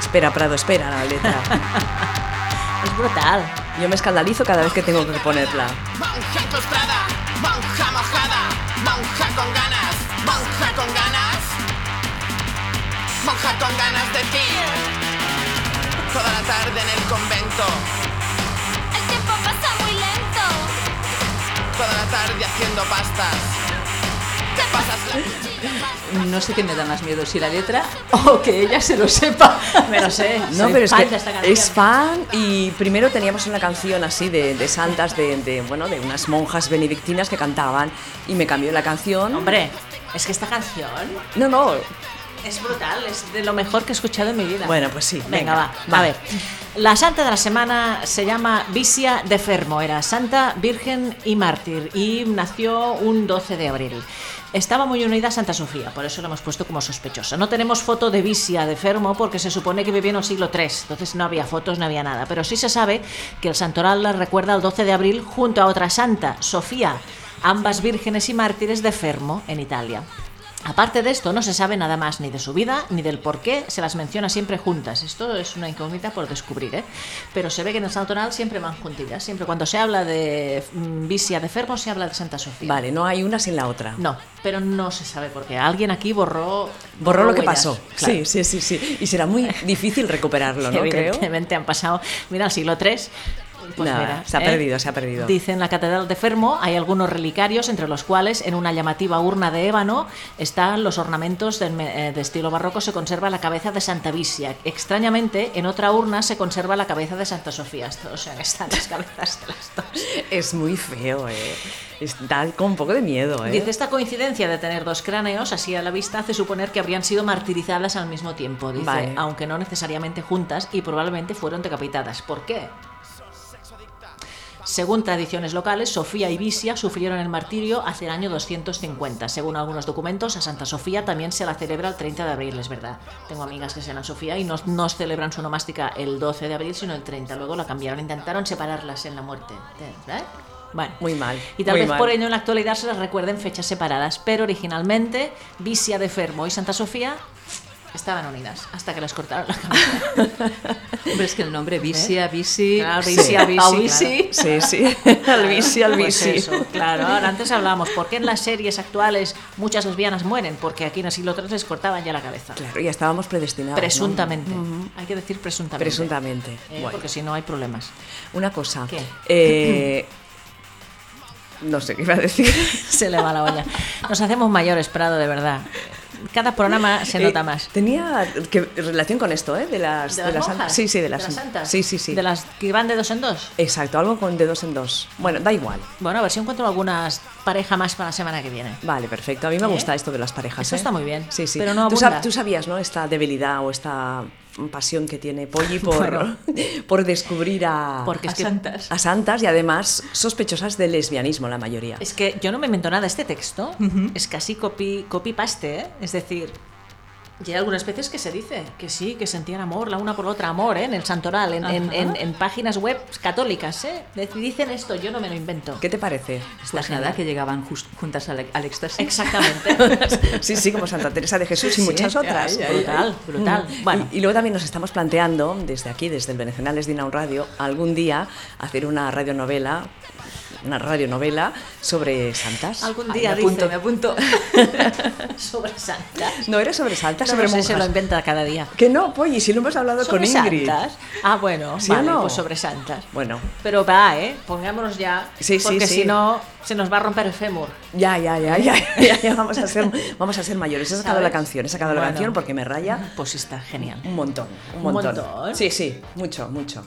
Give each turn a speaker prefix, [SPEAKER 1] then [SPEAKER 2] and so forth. [SPEAKER 1] espera, Prado, espera la letra.
[SPEAKER 2] Es brutal.
[SPEAKER 1] Yo me escandalizo cada vez que tengo que ponerla.
[SPEAKER 3] Monja encostrada, monja mojada, monja con ganas, monja con ganas, monja con ganas de ti. Toda la tarde en el convento,
[SPEAKER 4] El tiempo pasa muy lento.
[SPEAKER 3] toda la tarde haciendo pastas. Te pasas la cuchilla.
[SPEAKER 2] No sé qué me da más miedo, si la letra o que ella se lo sepa.
[SPEAKER 1] Me lo sé. No,
[SPEAKER 2] Soy
[SPEAKER 1] pero es
[SPEAKER 2] fan
[SPEAKER 1] que
[SPEAKER 2] de esta canción.
[SPEAKER 1] es fan y primero teníamos una canción así de, de santas, de, de, bueno, de unas monjas benedictinas que cantaban y me cambió la canción.
[SPEAKER 2] Hombre, es que esta canción
[SPEAKER 1] No, no.
[SPEAKER 2] es brutal, es de lo mejor que he escuchado en mi vida.
[SPEAKER 1] Bueno, pues sí.
[SPEAKER 2] Venga, va,
[SPEAKER 1] va.
[SPEAKER 2] A ver. La santa de la semana se llama Visia de Fermo, era santa, virgen y mártir y nació un 12 de abril. Estaba muy unida a Santa Sofía, por eso lo hemos puesto como sospechosa. No tenemos foto de Visia de Fermo porque se supone que vivió en el siglo III, entonces no había fotos, no había nada. Pero sí se sabe que el santoral la recuerda el 12 de abril junto a otra santa, Sofía, ambas vírgenes y mártires de Fermo, en Italia. Aparte de esto, no se sabe nada más ni de su vida ni del por qué se las menciona siempre juntas. Esto es una incógnita por descubrir, ¿eh? Pero se ve que en el santoral siempre van juntillas. Siempre cuando se habla de mm, Visia de Fermo, se habla de Santa Sofía.
[SPEAKER 1] Vale, no hay una sin la otra.
[SPEAKER 2] No, pero no se sabe por qué. Alguien aquí borró.
[SPEAKER 1] Borró lo que
[SPEAKER 2] huellas.
[SPEAKER 1] pasó.
[SPEAKER 2] Claro.
[SPEAKER 1] Sí, sí, sí, sí. Y será muy difícil recuperarlo, ¿no? Creo.
[SPEAKER 2] Evidentemente han pasado, mira, el siglo III. Pues
[SPEAKER 1] Nada,
[SPEAKER 2] mira,
[SPEAKER 1] se ha
[SPEAKER 2] ¿eh?
[SPEAKER 1] perdido, se ha perdido.
[SPEAKER 2] Dice en la Catedral de Fermo hay algunos relicarios, entre los cuales en una llamativa urna de ébano están los ornamentos del me- eh, de, estilo barroco, se conserva la cabeza de Santa Visia. Extrañamente, en otra urna se conserva la cabeza de Santa Sofía. Esto, o sea, que están las cabezas de las dos.
[SPEAKER 1] Es muy feo, ¿eh? Es- Da con un poco de miedo, ¿eh?
[SPEAKER 2] Dice, esta coincidencia de tener dos cráneos así a la vista hace suponer que habrían sido martirizadas al mismo tiempo, dice,
[SPEAKER 1] Vale.
[SPEAKER 2] aunque no necesariamente juntas y probablemente fueron decapitadas. ¿Por qué? Según tradiciones locales, Sofía y Visia sufrieron el martirio hacia el año 250. Según algunos documentos, a Santa Sofía también se la celebra el 30 de abril, es verdad. Tengo amigas que se llaman Sofía y no, no celebran su nomástica el 12 de abril, sino el 30. Luego la cambiaron, intentaron separarlas en la muerte. ¿verdad? Bueno,
[SPEAKER 1] Muy mal,
[SPEAKER 2] Y tal
[SPEAKER 1] muy
[SPEAKER 2] vez
[SPEAKER 1] mal.
[SPEAKER 2] por ello en la actualidad se las recuerden fechas separadas, pero originalmente Visia de Fermo y Santa Sofía estaban unidas hasta que les cortaron la cabeza. ¿Eh?
[SPEAKER 5] Hombre, es que el nombre Visia, Visi.
[SPEAKER 2] Claro,
[SPEAKER 5] sí.
[SPEAKER 2] Visia, Visi,
[SPEAKER 5] Au,
[SPEAKER 2] claro.
[SPEAKER 5] Visi.
[SPEAKER 1] Sí, sí. Al bici, al
[SPEAKER 2] Pues
[SPEAKER 1] bici.
[SPEAKER 2] eso, claro, ahora antes hablábamos, ¿por qué en las series actuales muchas lesbianas mueren? Porque aquí en el siglo III les cortaban ya la cabeza.
[SPEAKER 1] Claro, ya estábamos predestinados. ¿no?
[SPEAKER 2] Presuntamente. Hay que decir presuntamente.
[SPEAKER 1] Presuntamente.
[SPEAKER 2] Eh,
[SPEAKER 1] Bueno.
[SPEAKER 2] Porque si no hay problemas.
[SPEAKER 1] Una cosa.
[SPEAKER 2] ¿Qué?
[SPEAKER 1] Eh, no sé qué iba a decir.
[SPEAKER 2] Se le va la olla. Nos hacemos mayores, Prado, de verdad. Cada programa se
[SPEAKER 1] Eh,
[SPEAKER 2] nota más.
[SPEAKER 1] Tenía que, relación con esto, ¿eh? De las,
[SPEAKER 2] ¿De las
[SPEAKER 1] san-
[SPEAKER 2] monjas?
[SPEAKER 1] Sí, sí, de las,
[SPEAKER 2] santas?
[SPEAKER 1] Sí, sí, sí.
[SPEAKER 2] ¿De las que van de dos en dos?
[SPEAKER 1] Exacto, algo con de dos en dos. Bueno, da igual.
[SPEAKER 2] Bueno, a ver si encuentro algunas pareja más para la semana que viene.
[SPEAKER 1] Vale, perfecto. A mí me
[SPEAKER 2] ¿Eh?
[SPEAKER 1] gusta esto de las parejas.
[SPEAKER 2] Eso
[SPEAKER 1] ¿eh?
[SPEAKER 2] está muy bien,
[SPEAKER 1] Sí, sí.
[SPEAKER 2] pero no
[SPEAKER 1] tú,
[SPEAKER 2] abunda.
[SPEAKER 1] tú sabías, ¿no? Esta debilidad o esta pasión que tiene Polly por,
[SPEAKER 2] Bueno.
[SPEAKER 1] por descubrir a,
[SPEAKER 2] Porque es
[SPEAKER 5] A
[SPEAKER 2] que
[SPEAKER 5] santas.
[SPEAKER 1] a santas y además sospechosas del lesbianismo, la mayoría.
[SPEAKER 2] Es que yo no me invento nada. Este texto es casi copy, copy paste, ¿eh? Es decir, y hay algunas veces que se dice que sí, que sentían amor la una por otra, amor, ¿eh? En el santoral, en, en-
[SPEAKER 5] Ajá.
[SPEAKER 2] en- en páginas web católicas, ¿eh? De- Dicen esto, yo no me lo invento.
[SPEAKER 1] ¿Qué te parece?
[SPEAKER 5] Pues nada, que llegaban jus- juntas al, al éxtasis.
[SPEAKER 2] Exactamente.
[SPEAKER 1] Sí, sí, como Santa Teresa de Jesús y
[SPEAKER 2] Sí,
[SPEAKER 1] muchas
[SPEAKER 2] sí,
[SPEAKER 1] otras. Mm.
[SPEAKER 2] ay, ay, Brutal, ay. brutal. Bueno.
[SPEAKER 1] Y, y luego también nos estamos planteando, desde aquí, desde el Benecenales de Inaun Radio, algún día hacer una radionovela, una radionovela sobre santas.
[SPEAKER 2] Algún
[SPEAKER 5] Ay,
[SPEAKER 2] día
[SPEAKER 5] me apunto,
[SPEAKER 2] dice
[SPEAKER 5] me apunto.
[SPEAKER 2] sobre santas.
[SPEAKER 1] No era sobre santas,
[SPEAKER 2] No,
[SPEAKER 1] sobre
[SPEAKER 2] no sé, se lo
[SPEAKER 1] monjas.
[SPEAKER 2] inventa cada día.
[SPEAKER 1] Que no, Polly, si lo hemos hablado
[SPEAKER 2] ¿Sobre
[SPEAKER 1] con Ingrid.
[SPEAKER 2] santas? Ah, bueno,
[SPEAKER 1] ¿Sí o
[SPEAKER 2] vale,
[SPEAKER 1] no?
[SPEAKER 2] pues sobre santas.
[SPEAKER 1] Bueno,
[SPEAKER 2] Pero va, ¿eh? Pongámonos ya,
[SPEAKER 1] Sí, sí,
[SPEAKER 2] porque
[SPEAKER 1] sí.
[SPEAKER 2] si no se nos va a romper el fémur.
[SPEAKER 1] ya, ya, ya, ya, ya, ya, vamos a ser, vamos a ser mayores. He sacado
[SPEAKER 2] ¿Sabes?
[SPEAKER 1] la canción, he sacado la
[SPEAKER 2] Bueno.
[SPEAKER 1] canción porque me raya
[SPEAKER 2] Pues está genial.
[SPEAKER 1] un montón, un
[SPEAKER 2] Un
[SPEAKER 1] montón.
[SPEAKER 2] montón.
[SPEAKER 1] Sí, sí, mucho, mucho.